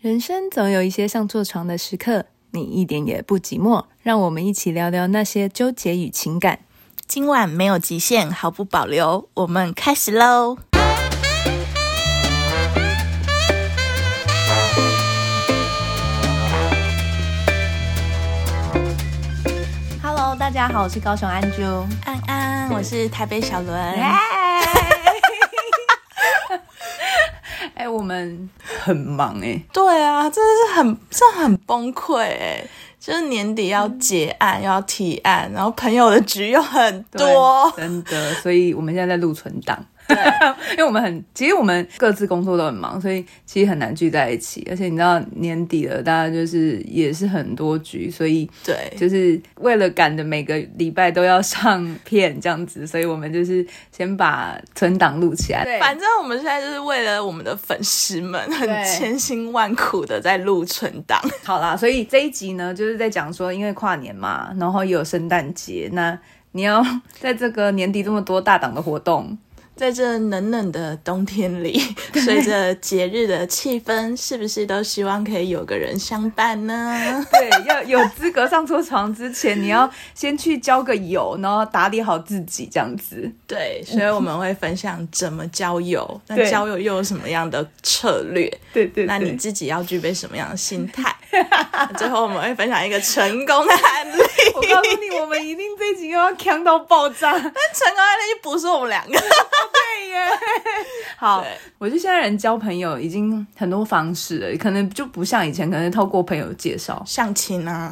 人生总有一些像坐床的时刻，你一点也不寂寞。让我们一起聊聊那些纠结与情感。今晚没有极限，毫不保留，我们开始喽！ Hello，大家好，我是高雄安啾。安安，我是台北小伦。哎、我们很忙哎、对啊，真的是很，这很崩溃哎、就是年底要结案，又要提案，然后朋友的局又很多。真的，所以我们现在在录存档。对， 因为我们很，其实我们各自工作都很忙，所以其实很难聚在一起。而且你知道年底了，大家就是也是很多局，所以对，就是为了赶着每个礼拜都要上片这样子，所以我们就是先把存档录起来。对反正我们现在就是为了我们的粉丝们，很对千辛万苦的在录存档。好啦，所以这一集呢，就是在讲说，因为跨年嘛，然后也有圣诞节，那你要在这个年底这么多大档的活 动，在这冷冷的冬天里，随着节日的气氛，是不是都希望可以有个人相伴呢？对，要有资格上错床之前，你要先去交个友，然后打理好自己这样子。对，所以我们会分享怎么交友，那对交友又有什么样的策略？对对那你对自己要具备什么样的心态？ 最后我们会分享一个成功的案 例，我告诉你，我们一定这一集又要强到爆炸。但成功案例就不是我们两个。对耶，好对，我觉得现在人交朋友已经很多方式了，可能就不像以前，可能透过朋友介绍。相亲啊，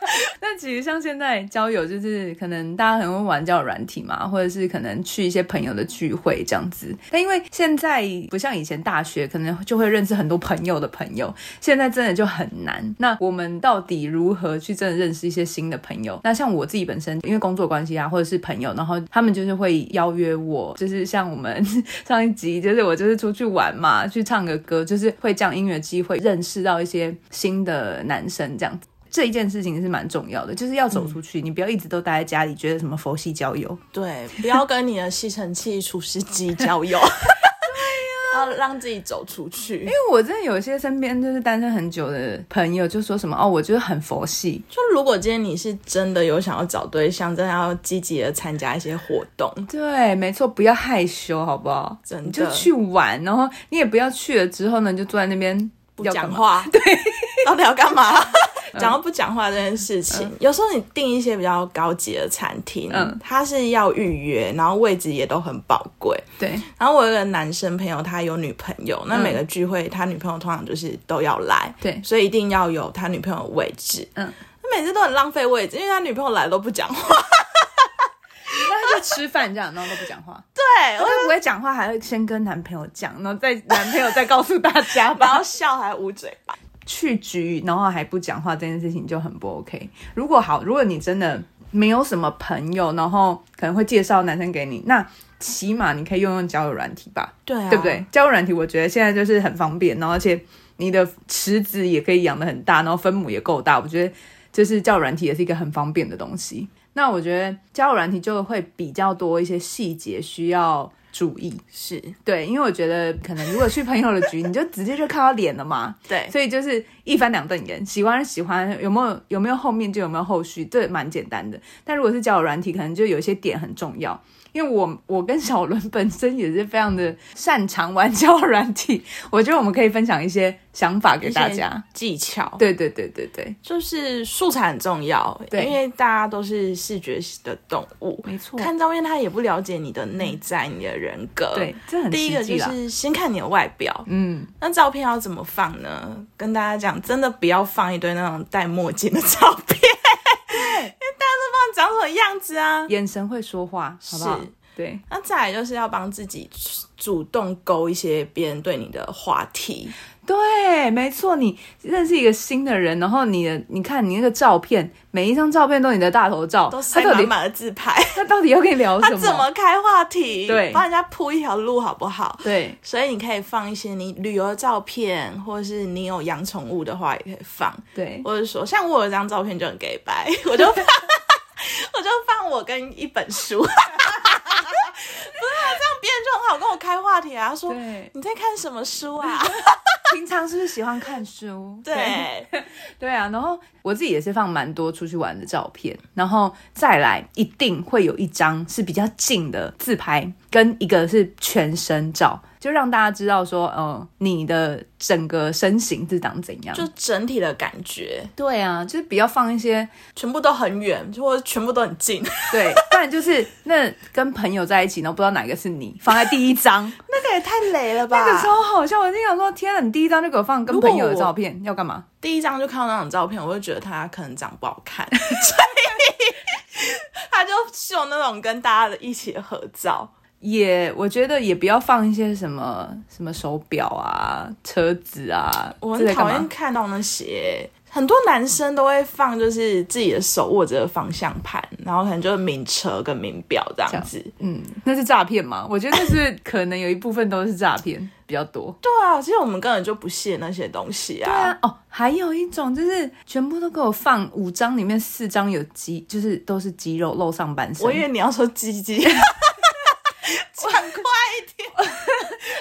但其实像现在交友，就是可能大家很会玩交友软体嘛，或者是可能去一些朋友的聚会这样子。但因为现在不像以前大学，可能就会认识很多朋友的朋友，现在真的就很难。那我们到底如何去真的认识一些新的朋友？那像我自己本身，因为工作关系啊，或者是朋友，然后他们就是会邀约我，就是像我们 上一集，就是我就是出去玩嘛，去唱个歌，就是会这样音乐机会认识到一些新的男生这样子。这一件事情是蛮重要的，就是要走出去，你不要一直都待在家里，觉得什么佛系交友。对，不要跟你的吸尘器、除湿机 交友。 要让自己走出去，因为因为我真的有些身边就是单身很久的朋友就说什么哦，我就是很佛系，就如果今天你是真的有想要找对象，真的要积极的参加一些活动，对，没错，不要害羞，好不好？真的你就去玩，然后你也不要去了之后呢，你就坐在那边不要干讲嘛。 嗯话，对， 到底要干嘛？讲到不讲话这件事情，有时候你订一些比较高级的餐厅，嗯它是要预约，然后位置也都很宝贵。对，然后我有一个男生朋友，他有女朋友，嗯那每个聚会他女朋友通常就是都要来，对所以一定要有他女朋友的位置。嗯，他每次都很浪费位置，因为他女朋友来都不 讲话。那他就吃饭这样，然后都不讲 话。对，他我不会讲话，还会先跟男朋友讲，然后再男朋友再告诉大家吧然。后笑还捂嘴巴。去局，然后还不讲话这件事情就很不 OK。如果好，如果你真的没有什么朋友，然后可能会介绍男生给你，那起码你可以用用交友软体吧，对啊，对不？对？交友软体我觉得现在就是很方便，然后而且你的池子也可以养得很大，然后分母也够大，我觉得就是交友软体也是一个很方便的东西。那我觉得交友软体就会比较多一些细节需要注意，是，对，因为我觉得可能如果去朋友的局，你就直接就看到脸了嘛，对，所以就是一翻两瞪眼，喜欢是喜欢，有没有有没有后面就有没有后续，这蛮简单的。但如果是交友软体，可能就有一些点很重要。因为我我跟小伦本身也是非常的擅长玩交友软体，我觉得我们可以分享一些想法给大家。技巧。对对对对对，就是素材很重要，对因为大家都是视觉的动物，没错看照片他也不了解你的内在、你的人格。对，，这很第一个实就际啦。是先看你的外表，嗯，那照片要怎么放呢？跟大家讲，真的不要放一堆那种戴墨镜的照 片，因为大家都不知道长什么样子啊。眼神会说话，好不好是？对，那再来就是要帮自己主动勾一些别人对你的话题，对，没错，你认识一个新的人，然后你的，你看你那个照片，每一张照片都你的大头照，都他塞到满底满的自拍，他到底要跟你聊他什怎么开话题？对帮人家铺一条路好不好？对，所以你可以放一些你旅游的照片，或者是你有养宠物的话也可以放，对，或者说像我有一张照片就很 gay 白， 我就放我就放我跟一本书，不 是、啊、这样别人就很好跟我开话题啊，他说对 你在看什么书啊？平常是不是喜欢看 书？对，对啊，然后我自己也是放蛮多出去玩的照片，然后再来一定会有一张是比较近的自拍，跟一个是全身照，就让大家知道说，呃，你的整个身形是长怎样。就整体的感觉对啊，就是比较放一些全部都很远，或者全部都很近，对， 不然就是那跟朋友在一起，然后不知道哪个是你，放在第一 张，那个也太雷了吧那个超好笑。我就想说，天啊，你第一张就给我放跟如果朋友的我照片，要干嘛？第一张就看到那张照片，我就觉得他可能长不好看， 所以 他就秀那种跟大家的一起的合照。也我觉得也不要放一些什么什么手表啊、车子啊，我这在很干讨嘛厌看到那些，很多男生都会放，就是自己的手握着方向盘，然后可能就是名车跟名表这样子。嗯，那是诈骗吗？我觉得那是可能有一部分都是诈骗 比较多。对啊，其实我们根本就不屑那些东西对啊，哦，还有一种就是全部都给我放五张，里面四张有肌，就是都是肌肉露上半身。我以为你要说鸡 鸡，讲快一点。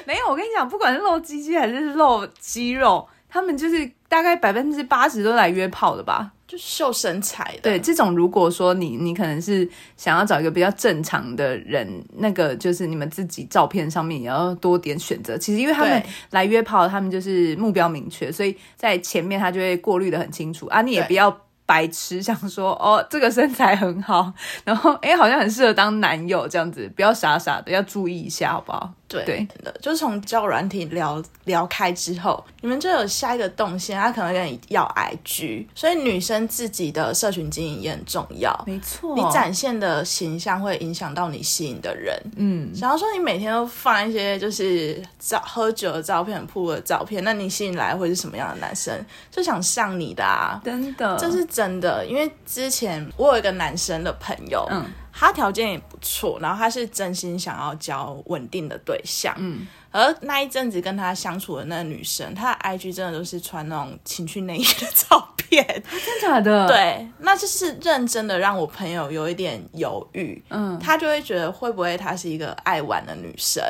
没有，我跟你讲，不管是露鸡鸡还是露肌肉，他们就是大概百分之八十都来约炮的吧。就秀身材的，对，这种如果说你你可能是想要找一个比较正常的人，那个就是你们自己照片上面也要多点选择。其实因为他们对来约炮，他们就是目标明确，所以在前面他就会过滤的很清楚啊。你也对不要白痴，想说哦这个身材很好，然后哎好像很适合当男友这样子，不要傻傻的，要注意一下好不好？对对的，就是从交友软体聊聊开之后，你们就有下一个动线，他可能会跟你要 IG，所以女生自己的社群经营也很重要。没错，你展现的形象会影响到你吸引的人。嗯，假如说你每天都放一些就是照喝酒的照片、铺的照片，那你吸引来会是什么样的男生？就想上你的啊。真的这是真的，因为之前我有一个男生的朋友，嗯他条件也不错，然后他是真心想要交稳定的对象，嗯，而那一阵子跟他相处的那个女生，她的 IG 真的都是穿那种情趣内衣的照片，真假的，，对，那就是认真的让我朋友有一点犹豫，嗯，他就会觉得会不会她是一个爱玩的女生，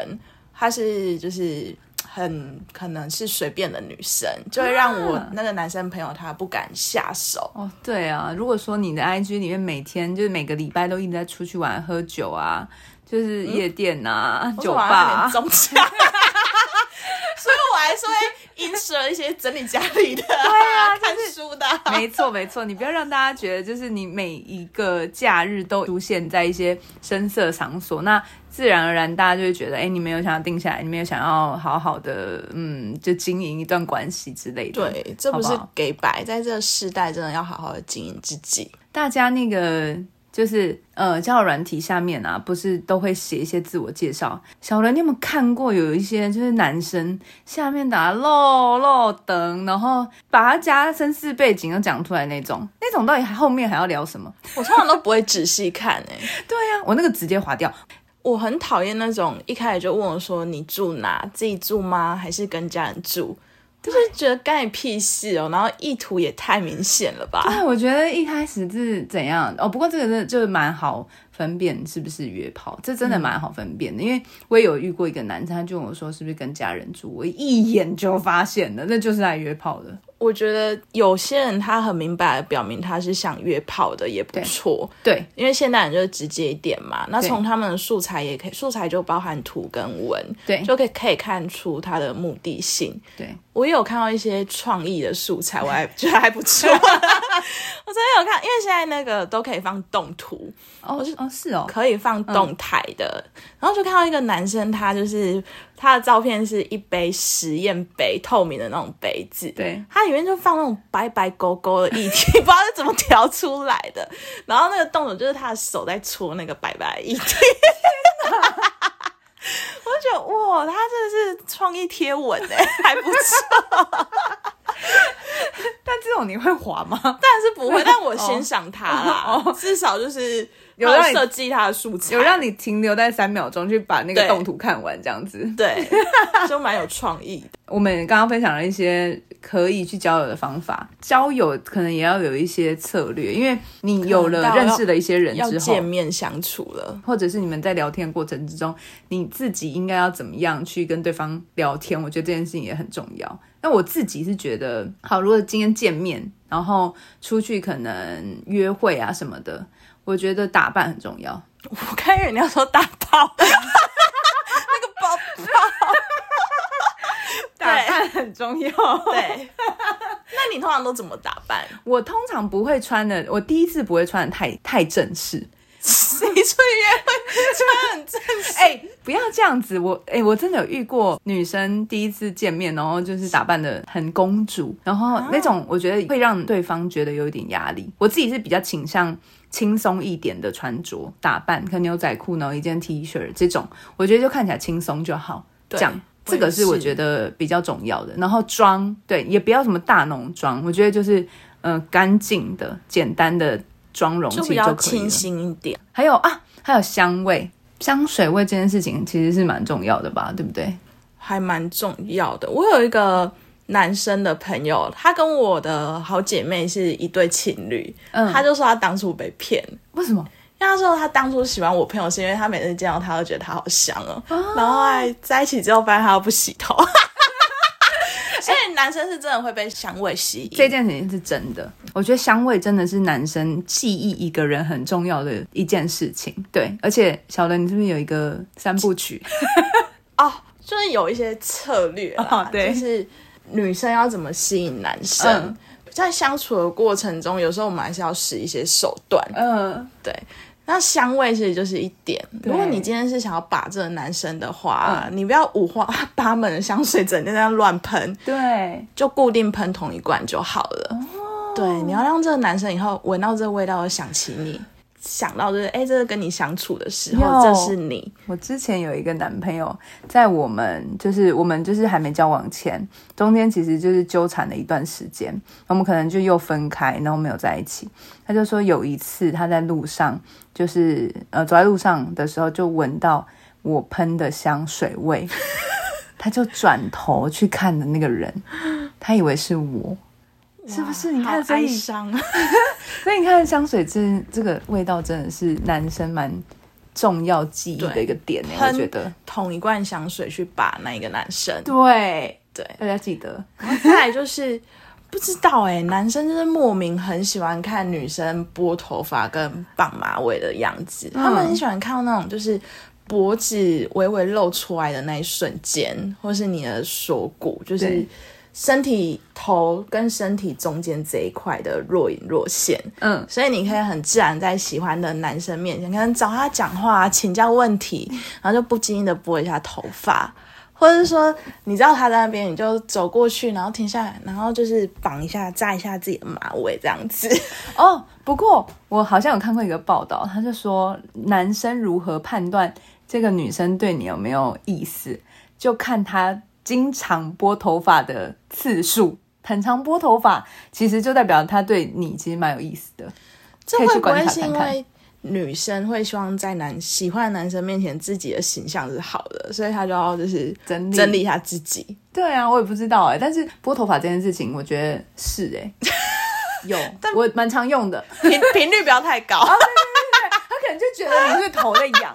她是就是很可能是随便的女生，就会让我啊那个男生朋友他不敢下手。哦，对啊，如果说你的 IG 里面每天就是每个礼拜都一直在出去玩喝酒啊，就是嗯夜店啊、酒吧、啊，中奖，所以我还是会影射一些整理家里的、 对啊看书的、没错没错，你不要让大家觉得就是你每一个假日都出现在一些深色场所，那自然而然大家就会觉得，哎，你没有想要定下来，你没有想要好好的，嗯，就经营一段关系之类的。对，这不好是不好给白，在这个世代真的要好好的经营自己。大家那个就是呃，交友软体下面啊，不是都会写一些自我介绍。小伦，你有没有看过有一些就是男生下面打漏漏等，然后把他家身世背景都讲出来那种，那种到底后面还要聊什么？我通常都不会仔细看欸诶、对呀、啊我那个直接划掉。我很讨厌那种一开始就问我说你住哪，自己住吗，还是跟家人住？就是觉得干你屁事哦，然后意图也太明显了吧？ 哎，我觉得一开始是怎样哦？不过这个真的就是蛮好分辨是不是约炮，这真的蛮好分辨的。因为我也有遇过一个男生，他就问我说是不是跟家人住，我一眼就发现了，那就是来约炮的。我觉得有些人他很明白的表明他是想约炮的，也不对错。对，因为现代人就是直接一点嘛，那对从他们的素材也可以，素材就包含图跟文，对就可以可以看出它的目的性。对，我也有看到一些创意的素材，我还觉得还 不错。我真的有看，因为现在那个都可以放动图，哦哦是哦，可以放动态的，然后就看到一个男生，他就是他的照片是一杯实验杯，透明的那种杯子，对它里面就放那种白白勾勾的液体，不知 道是怎么调出来的。然后那个动作就是他的手在搓那个白白的液体。 我就觉得哇，他真的是创意贴文哎， 还不错，但这种你会滑吗？ 但是不会，但我欣赏他啦哦哦至少就是有他让你设计他的素材，有让你停留在三秒钟去把那个对动图看完，这样子。对，就蛮有创意的。我们刚刚分享了一些可以去交友的方法，交友可能也要有一些策略，因为你有可能了到认识了一些人要之后见，面相处了，或者是你们在聊天的过程之中，你自己应该要怎么样去跟对方聊天？我觉得这件事情也很重要。那我自己是觉得，好，如果今天见面，然后出去可能约会啊什么的，我觉得打扮很重要。我看人家说打炮，那个包打扮 很重要。对。那你通常都怎么打扮？我通常不会穿的，我第一次不会穿的太太正式。 谁出去约会穿很正式？哎、不要这样子，我哎、我真的有遇过女生第一次见面，然后就是打扮的很公主，然后啊那种我觉得会让对方觉得有一点压力。我自己是比较倾向轻松一点的穿着打扮，可能牛仔裤，然后一件 T 恤这种，我觉得就看起来轻松就好。对这样，我也这个是我是觉得比较重要的。然后妆，对，也不要什么大浓妆，我觉得就是呃干净的、简单的妆容其就实比就可以较了。清新一点。还有啊，还有香味、香水味这件事情其实是蛮重要的吧，对不对？还蛮重要的。我有一个男生的朋友，他跟我的好姐妹是一对情侣，嗯他就说他当初被骗。为什么？因为他说他当初喜欢我朋友，是因为他每次见到他都觉得他好香哦，然后还在一起之后发现他不洗头， 所以男生是真的会被香味吸引。这件事情是真的，我觉得香味真的是男生记忆一个人很重要的一件事情。对，而且小伦，你是不是有一个三部曲？哦，就是有一些策略啦，哦对就是女生要怎么吸引男生。嗯在相处的过程中，有时候我们还是要使一些手段。嗯，对，那香味其实就是一点。对嗯如果你今天是想要把这个男生的话，你不要五花 八门的香水整天在那乱喷，对，就固定喷同一罐就好了。哦对，你要让这个男生以后闻到这个味道，就想起你，想到就是哎、这是跟你相处的时候，哟这是你。我之前有一个男朋友，在我们就是我们就是还没交往前，中间其实就是纠缠了一段时间，我们可能就又分开，然后没有在一起。他就说有一次他在路上，就是呃走在路上的时候，就闻到我喷的香水 味，他就转头去看的那个人，他以为是我，是不啊是？你看，好所哀以伤。所以你看香水这这个味道真的是男生蛮重要记忆的一个点呢、对我觉得。同一罐香水去把那一个男生。对，对，大家记得然后再来就是不知道哎、男生就是莫名很喜欢看女生拨头发跟绑马尾的样子，嗯他们很喜欢看到那种就是。脖子微微露出来的那一瞬间，或是你的锁骨，就是对身体头跟身体中间这一块的若隐若现，嗯，所以你可以很自然在喜欢的男生面前，可能找他讲话、啊、请教问题，然后就不经意的拨一下头发，或者是说你知道他在那边，你就走过去，然后停下来，然后就是绑一下、扎一下自己的马尾这样子。 哦。不过我好像有看过一个报道，他就说男生如何判断这个女生对你有没有意思，就看她经常拨头发的次数。很常拨头发，其实就代表她对你其实蛮有意思的。这可以去会不观会察是因看看为女生会希望在男喜欢的男生面前自己的形象是好的，所以她就要就是整理整理一下自己？对啊，我也不知道哎、但是拨头发这件事情，我觉得是哎、有，我蛮常用的。频频率不要太高。 他可能就觉得你是头在痒，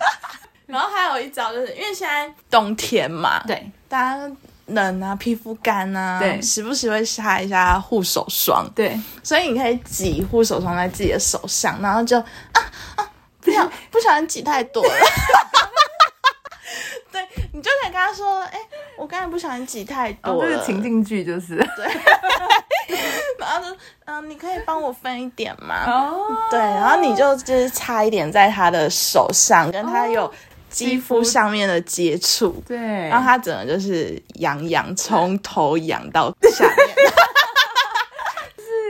然后还有一招就是因为现在冬天嘛，对，大家冷啊，皮肤干啊，对时不时会擦一下护手霜，对，所以你可以挤护手霜在自己的手上，然后就啊啊，不想不小心挤太多了。 对你就可以跟他说，哎、我刚才不小心挤太哦，多这了，个情境剧就是然后就嗯、你可以帮我分一点吗？哦，对，然后你就就是擦一点在他的手上，跟他有肌哦肌肤肤上面的接触，对，然后他整个就是痒痒，从头痒到 下面，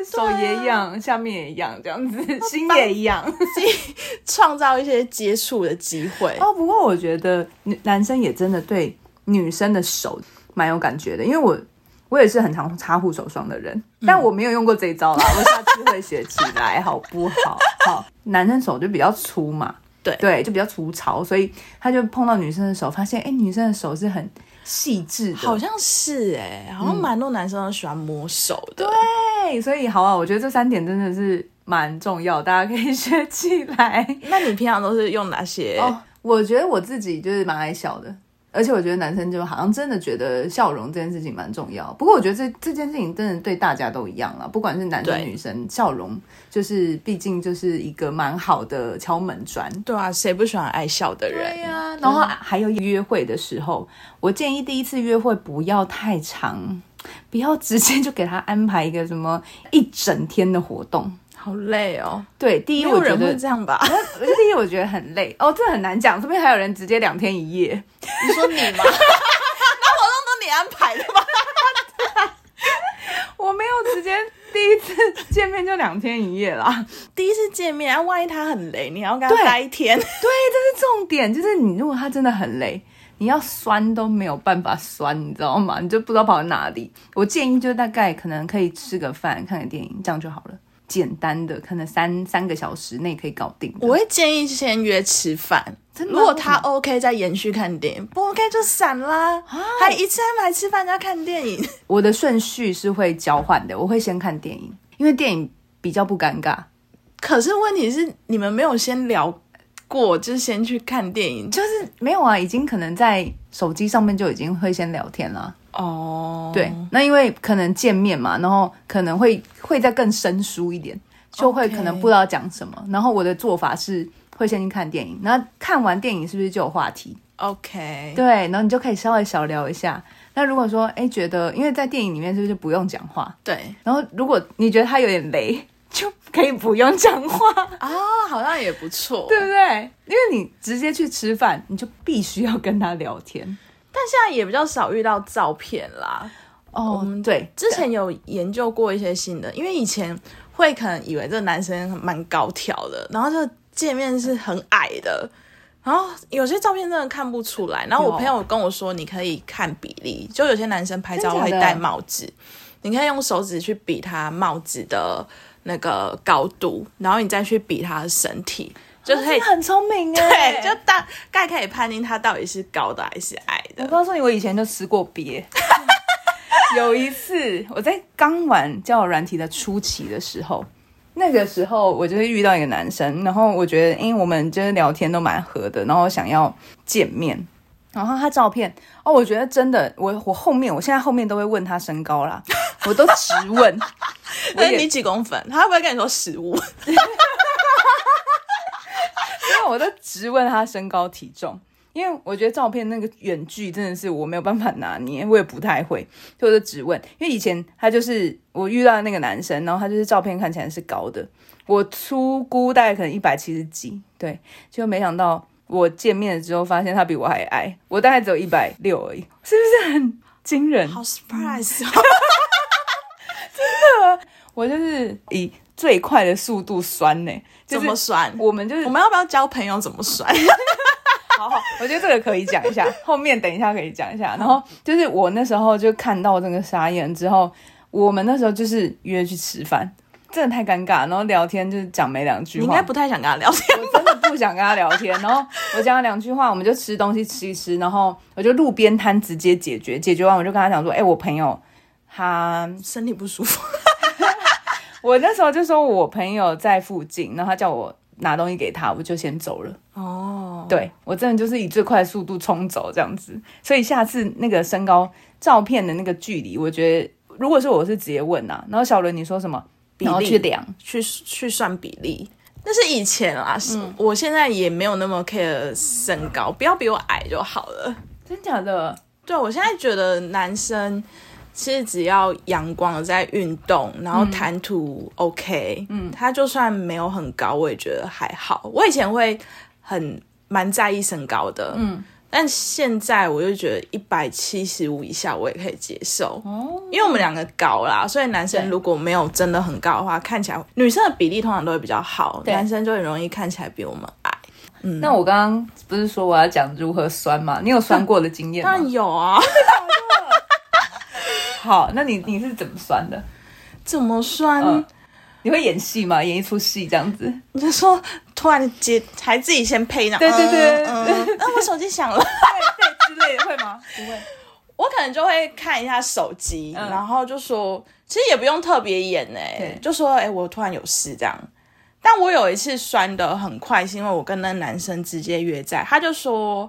手也痒，下面也痒，这 样子，心也痒。创造一些接触的机会。哦，不过我觉得女男生也真的对女生的手蛮有感觉的，因为我我也是很常擦护手霜的人，但我没有用过这一招啦，我下次会学起来，好不 好？好，男生手就比较粗嘛，对对，就比较粗糙，所以他就碰到女生的手，发现哎、诶女生的手是很细致的，好像是哎、好像蛮多男生都喜欢摸手的。对，所以好啊，我觉得这三点真的是蛮重要，大家可以学起来。那你平常都是用哪些？哦，我觉得我自己就是蛮爱笑的，而且我觉得男生就好像真的觉得笑容这件事情蛮重要。不过我觉得这这件事情真的对大家都一样啊啦，不管是男生对女生，笑容就是毕竟就是一个蛮好的敲门砖。对啊，谁不喜欢爱笑的人？呀、然后还有约会的时候，我建议第一次约会不要太长，不要直接就给他安排一个什么一整天的活动。好累哦，对，第一没我有觉人得会这样吧？我 觉得第一，我觉得很累哦，这很难讲。这边还有人直接两天一夜，你说你 吗？那活动都你安排的吧？我没有直接第一次见面就两天一夜啦。第一次见面，啊，万一他很累，你还要跟对他待一天，对，这是重点，就是你如果他真的很累，你要酸都没有办法酸，你知道吗？你就不知道跑到哪里。我建议就大概可能可以吃个饭，看个电影，这样就好了。简单的，可能三三个小时内可以搞定的。我会建议先约吃饭。真的吗如果他 OK，再延续看电影；不 OK 就散啦。啊还一次安排吃饭加看电影，我的顺序是会交换的，我会先看电影，因为电影比较不尴尬。可是问题是你们没有先聊过，就是先去看电影就是没有啊，已经可能在手机上面就已经会先聊天啦。哦。对，那因为可能见面嘛，然后可能会会再更生疏一点，就会 OK 可能不知道讲什么。然后我的做法是会先去看电影，那看完电影是不是就有话题？ ，OK，对，然后你就可以稍微小聊一下。那如果说哎觉得，因为在电影里面是不是就不用讲话？对然后如果你觉得他有点雷， 就可以不用讲 话。啊、好像也不错。对不对？因为你直接去吃饭，你就必须要跟他聊天。但现在也比较少遇到照片啦。哦，对，之前有研究过一些新的，因为以前会可能以为这男生蛮高挑的，然后这界面是很矮的，然后有些照片真的看不出来。然后有我朋友跟我说，你可以看比例，就有些男生拍照真假会的戴帽子，你可以用手指去比他帽子的那个高度，然后你再去比他的身体，就可以、哦很聪明哎、对，就大概可以判定他到底是高的还是矮我的。告诉你，我以前就吃过鳖。 有一次，我在刚玩交友软体的初期的时候，那个时候我就会遇到一个男生，然后我觉得，因为我们就是聊天都蛮合的，然后想要见面，然后他照片哦，我觉得真的，我我后面我现在后面都会问他身高啦，我都直问，我那也哎你几公分？他会不会跟你说十五？因为我都直问他身高体重，因为我觉得照片那个远距真的是我没有办法拿捏，我也不太会，所以我就直问。因为以前他就是我遇到的那个男生，然后他就是照片看起来是高的，我粗估大概可能一百七十几，对，就没想到我见面了之后发现他比我还矮，我大概只有一百六而已，是不是很惊人？好 surprise 哦！我就是以最快的速度酸呢、就怎么是酸？我们就是我们要不要教朋友怎么 酸？好好，我觉得这个可以讲一下，后面等一下可以讲一下。然后就是我那时候就看到这个傻眼之后，我们那时候就是约去吃饭，真的太尴尬，然后聊天就是讲没两句你应话该。不太想跟他聊天。我真的不想跟他聊天，然后我讲了两句话，我们就吃东西吃一吃，然后我就路边摊直接解决，解决完我就跟他讲说，哎、我朋友他 身体不舒服，我那时候就说我朋友在附近，然后他叫我拿东西给他，我就先走了。哦，对我真的就是以最快的速度冲走这样子，所以下次那个身高照片的那个距离，我觉得如果是我是直接问啊，然后小伦你说什么，例然后去量，去去算比例。那是以前啦，是我现在也没有那么 care 身高，不要比我矮就好了。真假的？对我现在觉得男生其实只要阳光有在运动，然嗯后谈吐 OK，嗯，他就算没有很高，我也觉得还好。我以前会很蛮在意身高的，嗯，但现在我就觉得一百七十五以下我也可以接受，哦，因为我们两个高啦，所以男生对如果没有真的很高的话，看起来女生的比例通常都会比较好，对男生就很容易看起来比我们矮。嗯那我刚刚不是说我 要讲如何酸吗？你有酸过的经验啊当吗？然有啊，好，那你你是怎么算的？ 怎么算？嗯你会演戏吗？演一出戏这样子？你就说突然接，还自己先配那，对对对嗯嗯那我手机响了， 对对之类的会吗？不会。我可能就会看一下手机，嗯然后就说，其实也不用特别演哎、对就说哎、我突然有事这样。但我有一次酸的很快，是因为我跟那男生直接约在，他就说，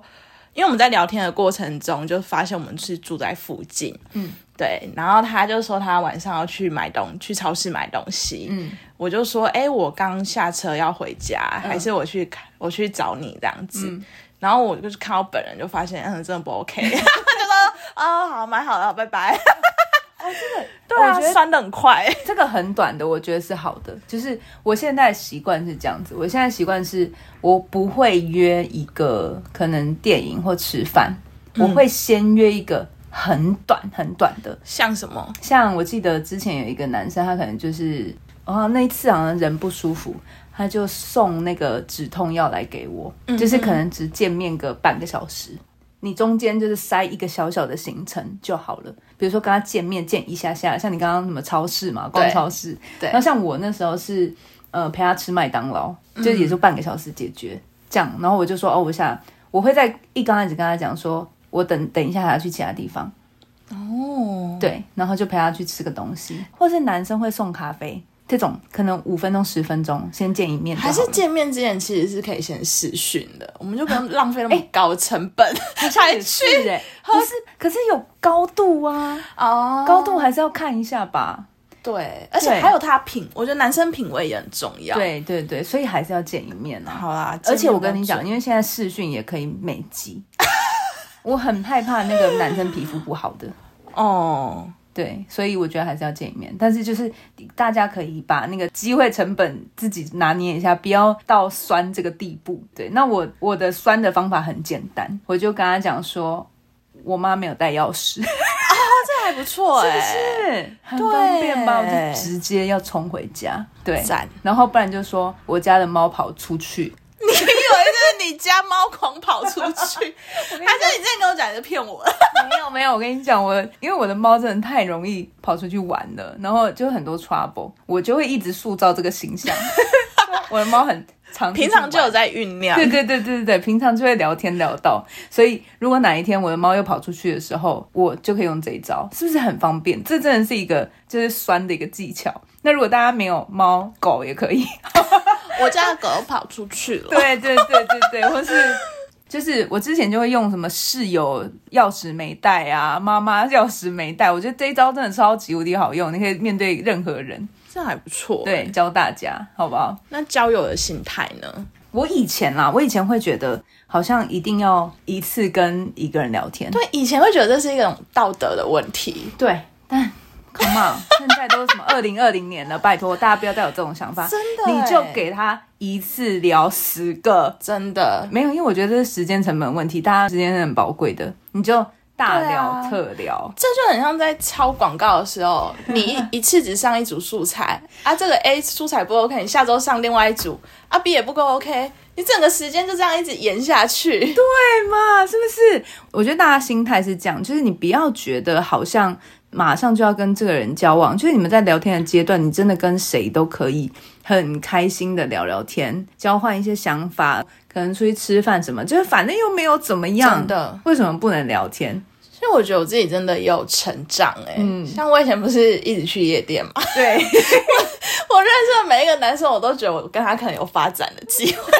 因为我们在聊天的过程中就发现我们是住在附近，嗯，对，然后他就说他晚上要去买东，去超市买东西，嗯，我就说，哎、我刚下车要回家，嗯还是我去看我去找你这样子，然后我就是看到本人就发现，嗯，真的不 OK，就说，哦，好，买好了，拜拜。 对哦我啊，觉得酸的很快， 这个很短的，我觉得是好的。就是我现在习惯是这样子，我现在习惯是我不会约一个可能电影或吃饭，我会先约一个很短很短的。像什么？像我记得之前有一个男生，他可能就是哦那一次好像人不舒服。他就送那个止痛药来给我，嗯就是可能只见面个半个小时，你中间就是塞一个小小的行程就好了。比如说跟他见面见一下下，像你刚刚什么超市嘛，逛对超市，对然后像我那时候是呃陪他吃麦当劳，就也就半个小时解决、这样。然后我就说哦，我想我会在一刚开始跟他讲说，我等等一下还要去其他地方。哦，对，然后就陪他去吃个东西，或是男生会送咖啡这种，可能五分钟十分钟先见一面就好还了，是见面之前其实是可以先试训的，我们就不用浪费那么高成本才去是哎、不是，可是有高度啊，哦。高度还是要看一下吧。对，而且还有他品，我觉得男生品味也很重要。，对对对，所以还是要见一面啊。好啦，而且我见跟面你要讲，因为现在视讯也可以美肌，我很害怕那个男生皮肤不好的。做，哦，对，所以我觉得还是要见一面，但是就是大家可以把那个机会成本自己拿捏一下，不要到酸这个地步。对，那我我的酸的方法很简单，我就跟他讲说，我妈没有带钥匙，这还不错哎、欸，很方便吧？我对就直接要冲回家，对赞，然后不然就说我家的猫跑出去，你以为这是你家猫狂跑 出去？还是你之前跟我讲你是骗 我了？没有没有，我跟你讲，我因为我的猫真的太容易跑出去玩了，然后就很多 trouble，我就会一直塑造这个形象。 我的猫很常出去平常就有玩在酝酿 对，对对对对对，平常就会聊天聊到，所以如果哪一天我的猫又跑出去的时候，我就可以用这一招，是不是很方便？这真的是一个就是酸的一个技巧。那如果大家没有猫狗也可以，我家的狗跑出去了。对对对对对，或是。就是我之前就会用什么室友钥匙没带啊，妈妈钥匙没带，我觉得这一招真的超级无敌好用，你可以面对任何人， 这还不错。，对，教大家好不好？那交友的心态呢？我以前啦，我以前会觉得好像一定要一次跟一个人聊天，对，以前会觉得这是一种道德的问题，对，但 come on，现 在都什么二零二零年了，拜托大家不要再有这种想法，真的你欸就给他一次聊十个，真的。没有，因为我觉得这是时间成本问题，大家时间是很宝贵的，你就大对聊、啊特聊，这就很像在抄广告的 时候，你一一次只上一组素材啊，这个 A 素材不 OK，你下周上另外一组啊，B 也不够 OK，你整个时间就这样一直延下去。对嘛？是不是？我觉得大家心态是这样，就是你不要觉得好像马上就要跟这个人交往，就是你们在聊天的阶段，你真的跟谁都可以很开心的聊聊天，交换一些想法，可能出去吃饭什么，就是反正又没有怎么样真的，为什么不能聊天？所以我觉得我自己真的也有成长哎、嗯像我以前不是一直去夜店嘛， 对，我认识的每一个男生，我都觉得我跟他可能有发展的机 会，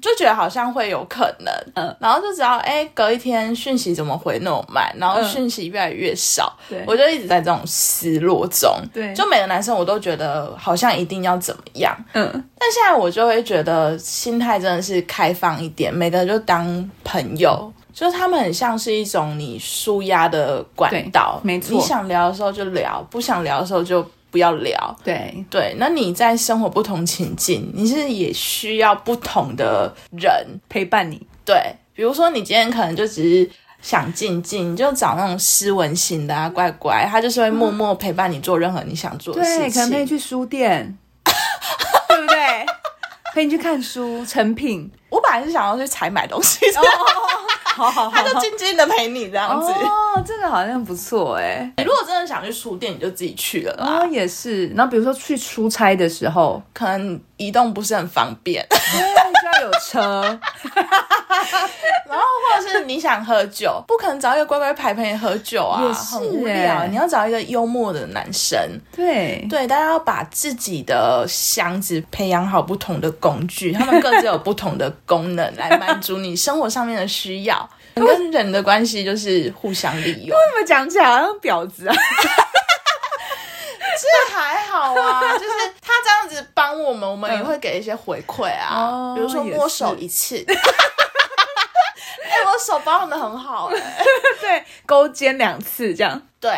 就觉得好像会有可能。嗯然后就只要哎、隔一天讯息怎么回那么慢，然后嗯讯息越来越少， 对我就一直在这种失落中。对就每个男生我都觉得好像一定要怎么样，嗯，但现在我就会觉得心态真的是开放一点，每个人就当朋友。就是他们很像是一种你舒压的管道，对没错你想聊的时候就聊，不想聊的时候就不要聊。对，对，那你在生活不同情境，你是也需要不同的人。陪伴你，对，比如说你今天可能就只是想静静，你就找那种斯文型的啊，乖乖，他就是会默默陪伴你做任何你想做的嗯对，事可能陪你情。去书 店，对不对？陪你去看书、成品，哦我本来是想要去采买东西的，好好好， 他就静静的陪你这样子。哦，这个好像不错哎、你如果真的想去书店，你就自己去了啦。哦，也是。然后比如说去出差的时候，可能移动不是很方便，对需要有车， 然后或者是你想喝酒， 不可能找一个乖乖牌陪你喝酒啊，也是很无欸聊。你要找一个幽默的男生。 对，对，大家要把自己的箱子培养好不同的工具，他们各自有不同的功能来满足你生活上面的需 要。你跟人的关系就是互相利用，这么讲起来好像婊子啊。这还 好啊，就是他这样子帮我们，我们也会给一些回馈哦啊，比如说也摸是手一次。 哎、我手保养的很好哎、 对，勾肩两次这样。对，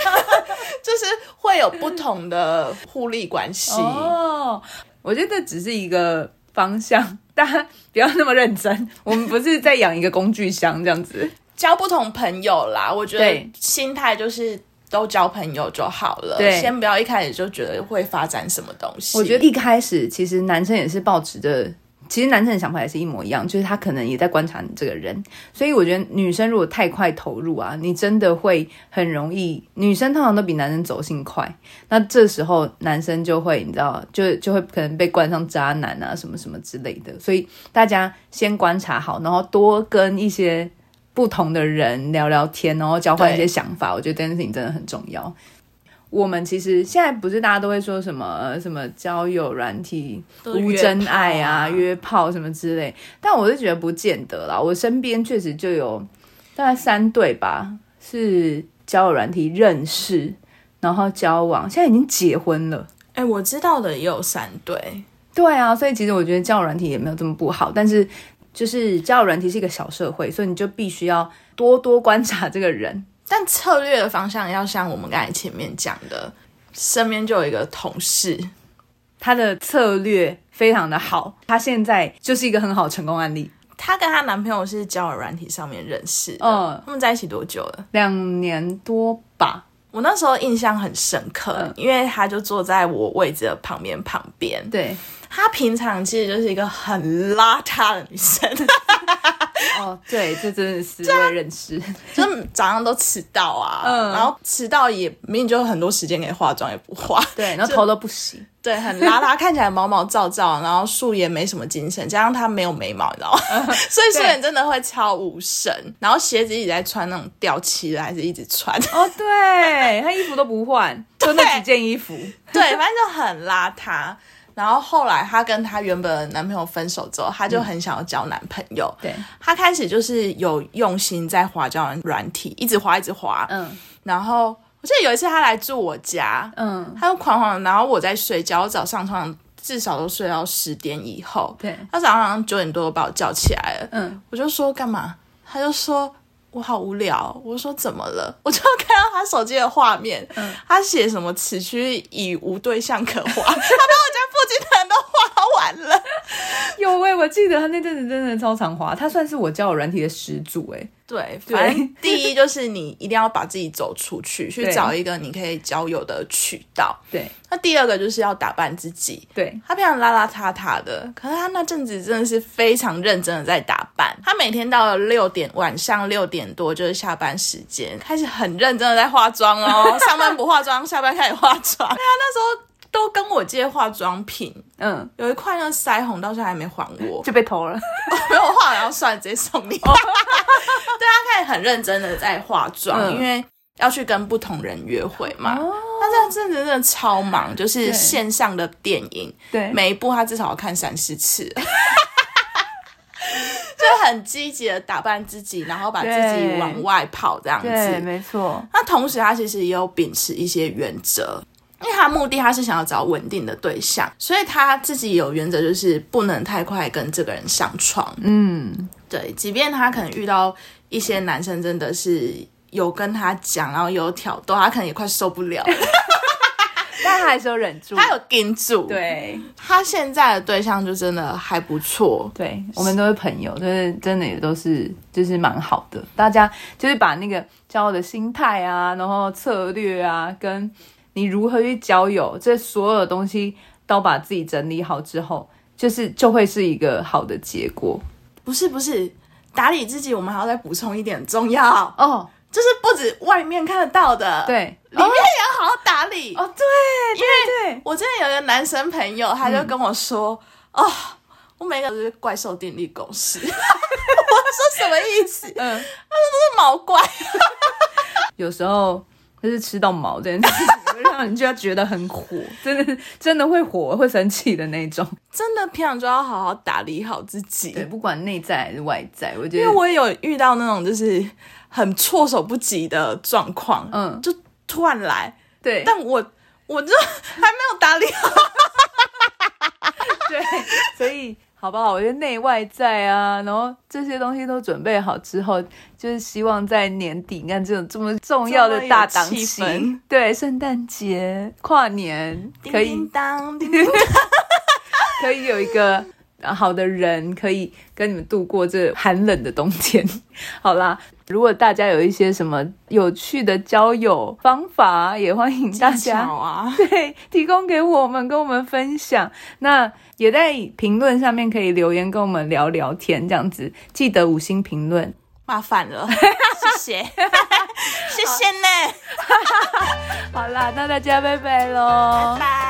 就是会有不同的互利关系。哦，我觉得这只是一个方向，大家不要那么认真。我们不是在养一个工具箱这样子。交不同朋友啦，我觉对得心态就是都交朋友就好了，对先不要一开始就觉得会发展什么东西。我觉得一开始其实男生也是抱持着。其实男生的想法也是一模一样，就是他可能也在观察你这个人，所以我觉得女生如果太快投入啊，你真的会很容易，女生通常都比男生走性快，那这时候男生就会你知道，就就会可能被冠上渣男啊什么什么之类的，所以大家先观察好，然后多跟一些不同的人聊聊天，然后交换一些对想法，我觉得这件事情真的很重要。我们其实现在不是大家都会说什么 呃什么交友软体都无约真爱啊、炮啊约炮什么之类，但我是觉得不见得啦。我身边确实就有大概三对吧，是交友软体认识，然后交往，现在已经结婚了。哎、我知道的也有三对，对啊，所以其实我觉得交友软体也没有这么不好，但是就是交友软体是一个小社会，所以你就必须要多多观察这个人。但策略的方向要像我们刚才前面讲的，身边就有一个同事，他的策略非常的好，他现在就是一个很好的成功案例。她跟她男朋友是交友软体上面认识的，嗯他们在一起多久了？两年多吧。我那时候印象很深刻，嗯因为她就坐在我位置的旁边旁边，对，她平常其实就是一个很邋遢的女生， 哦，对，这真的是我也认识。就是早上都迟到啊，嗯然后迟到也明明就有很多时间给化妆也不化，对，然后头都不洗。对，很邋遢，看起来毛毛躁躁，然后素颜没什么精神，加上她没有眉毛，你知道嗯吗？ 所以素颜真的会超无神，然后鞋子一直在穿那种掉漆的，还是一直穿， 哦，对，他衣服都不换，就那几件衣服。对，反正就很邋遢。然后后来她跟她原本的男朋友分手之后，她就很想要交男朋友，嗯对，她开始就是有用心在滑交友软体，一直滑一直滑，嗯然后我记得有一次她来住我家，嗯，他就狂狂，然后我在睡觉，我早上通常至少都睡到十点以后。对，他早上好像九点多就把我叫起来了，嗯，我就说干嘛？他就说我好无聊。我说怎么了？我就看到他手机的画面，嗯他写什么此区已无对象可划，他 把我家附近的人都画完了。有喂、我记得他那阵子真的超常滑，他算是我交友软体的始祖哎、对，对反正第一就是你一定要把自己走出去，去对找一个你可以交友的渠道。对那第二个就是要打扮自己，对，她平常邋邋遢遢的，可是她那阵子真的是非常认真的在打扮。她每天到了六点，晚上六点多就是下班时间，开始很认真的在化妆 哦。上班不化妆，下班开始化妆。对啊，那时候都跟我借化妆品，嗯，有一块那个腮红到现在还没还我， 就被偷了。没有画完，然后算了，直接送 你。对啊，她开始很认真的在化妆，嗯哦因为要去跟不同人约会嘛。她这阵子真的超忙，就是对线上的电影。对，每一部他至少要看三四次， 就很积极的打扮自己，然后把自己对往外跑这样子。没错，那同时，他其实也有秉持一些原则，因为他目的他是想要找稳定的对象，所以他自己有原则，就是不能太快跟这个人上床。嗯，对，即便他可能遇到一些男生真的是有跟他讲，然后有挑逗，他可能也快受不了 了，但他还是有忍住。他有盯住。，对他现在的对象就真的还不错。对，我们都是朋友，就是真的也都是就是蛮好的。大家就是把那个交友的心态啊，然后策略啊，跟你如何去交友，这所有的东西都把自己整理好之后，就是就会是一个好的结果。不是不是，打理自己，我们还要再补充一点重要，哦，就是不止外面看得到的，，对，里面也要好好打理。哦，对，对对，我之前有一个男生朋友，他就跟我说：“嗯哦，我每个都是怪兽电力公司。” 我说什么意思？这嗯，毛怪，有时候就是吃到毛这件事情，会让人家觉得很火，真的真的会火，会生气的那种。真的平常就要好好打理好自 对，己。不管内在还是外在，我觉因得为我也有遇到那种就是很措手不及的状况，嗯就突然来，对但我我就还没有打理好，对， 所以。好不好？我觉得内外在啊，然后这些东西都准备好之后，就是希望在年底，你看这种这么重要的大档这么有气期氛，对，圣诞节、跨年，可以叮 叮当，叮叮当可以有一个呃好的人，可以跟你们度过这寒冷的冬天。 好啦，如果大家有一些什么有趣的交友方法，也欢迎大技巧家。啊， 对，提供给我们，跟我们分享。那也在评论下面可以留言，跟我们聊聊天，这样子。记得五星评论。麻烦了，谢谢， 谢谢呢，好啦，那大家拜拜喽，拜。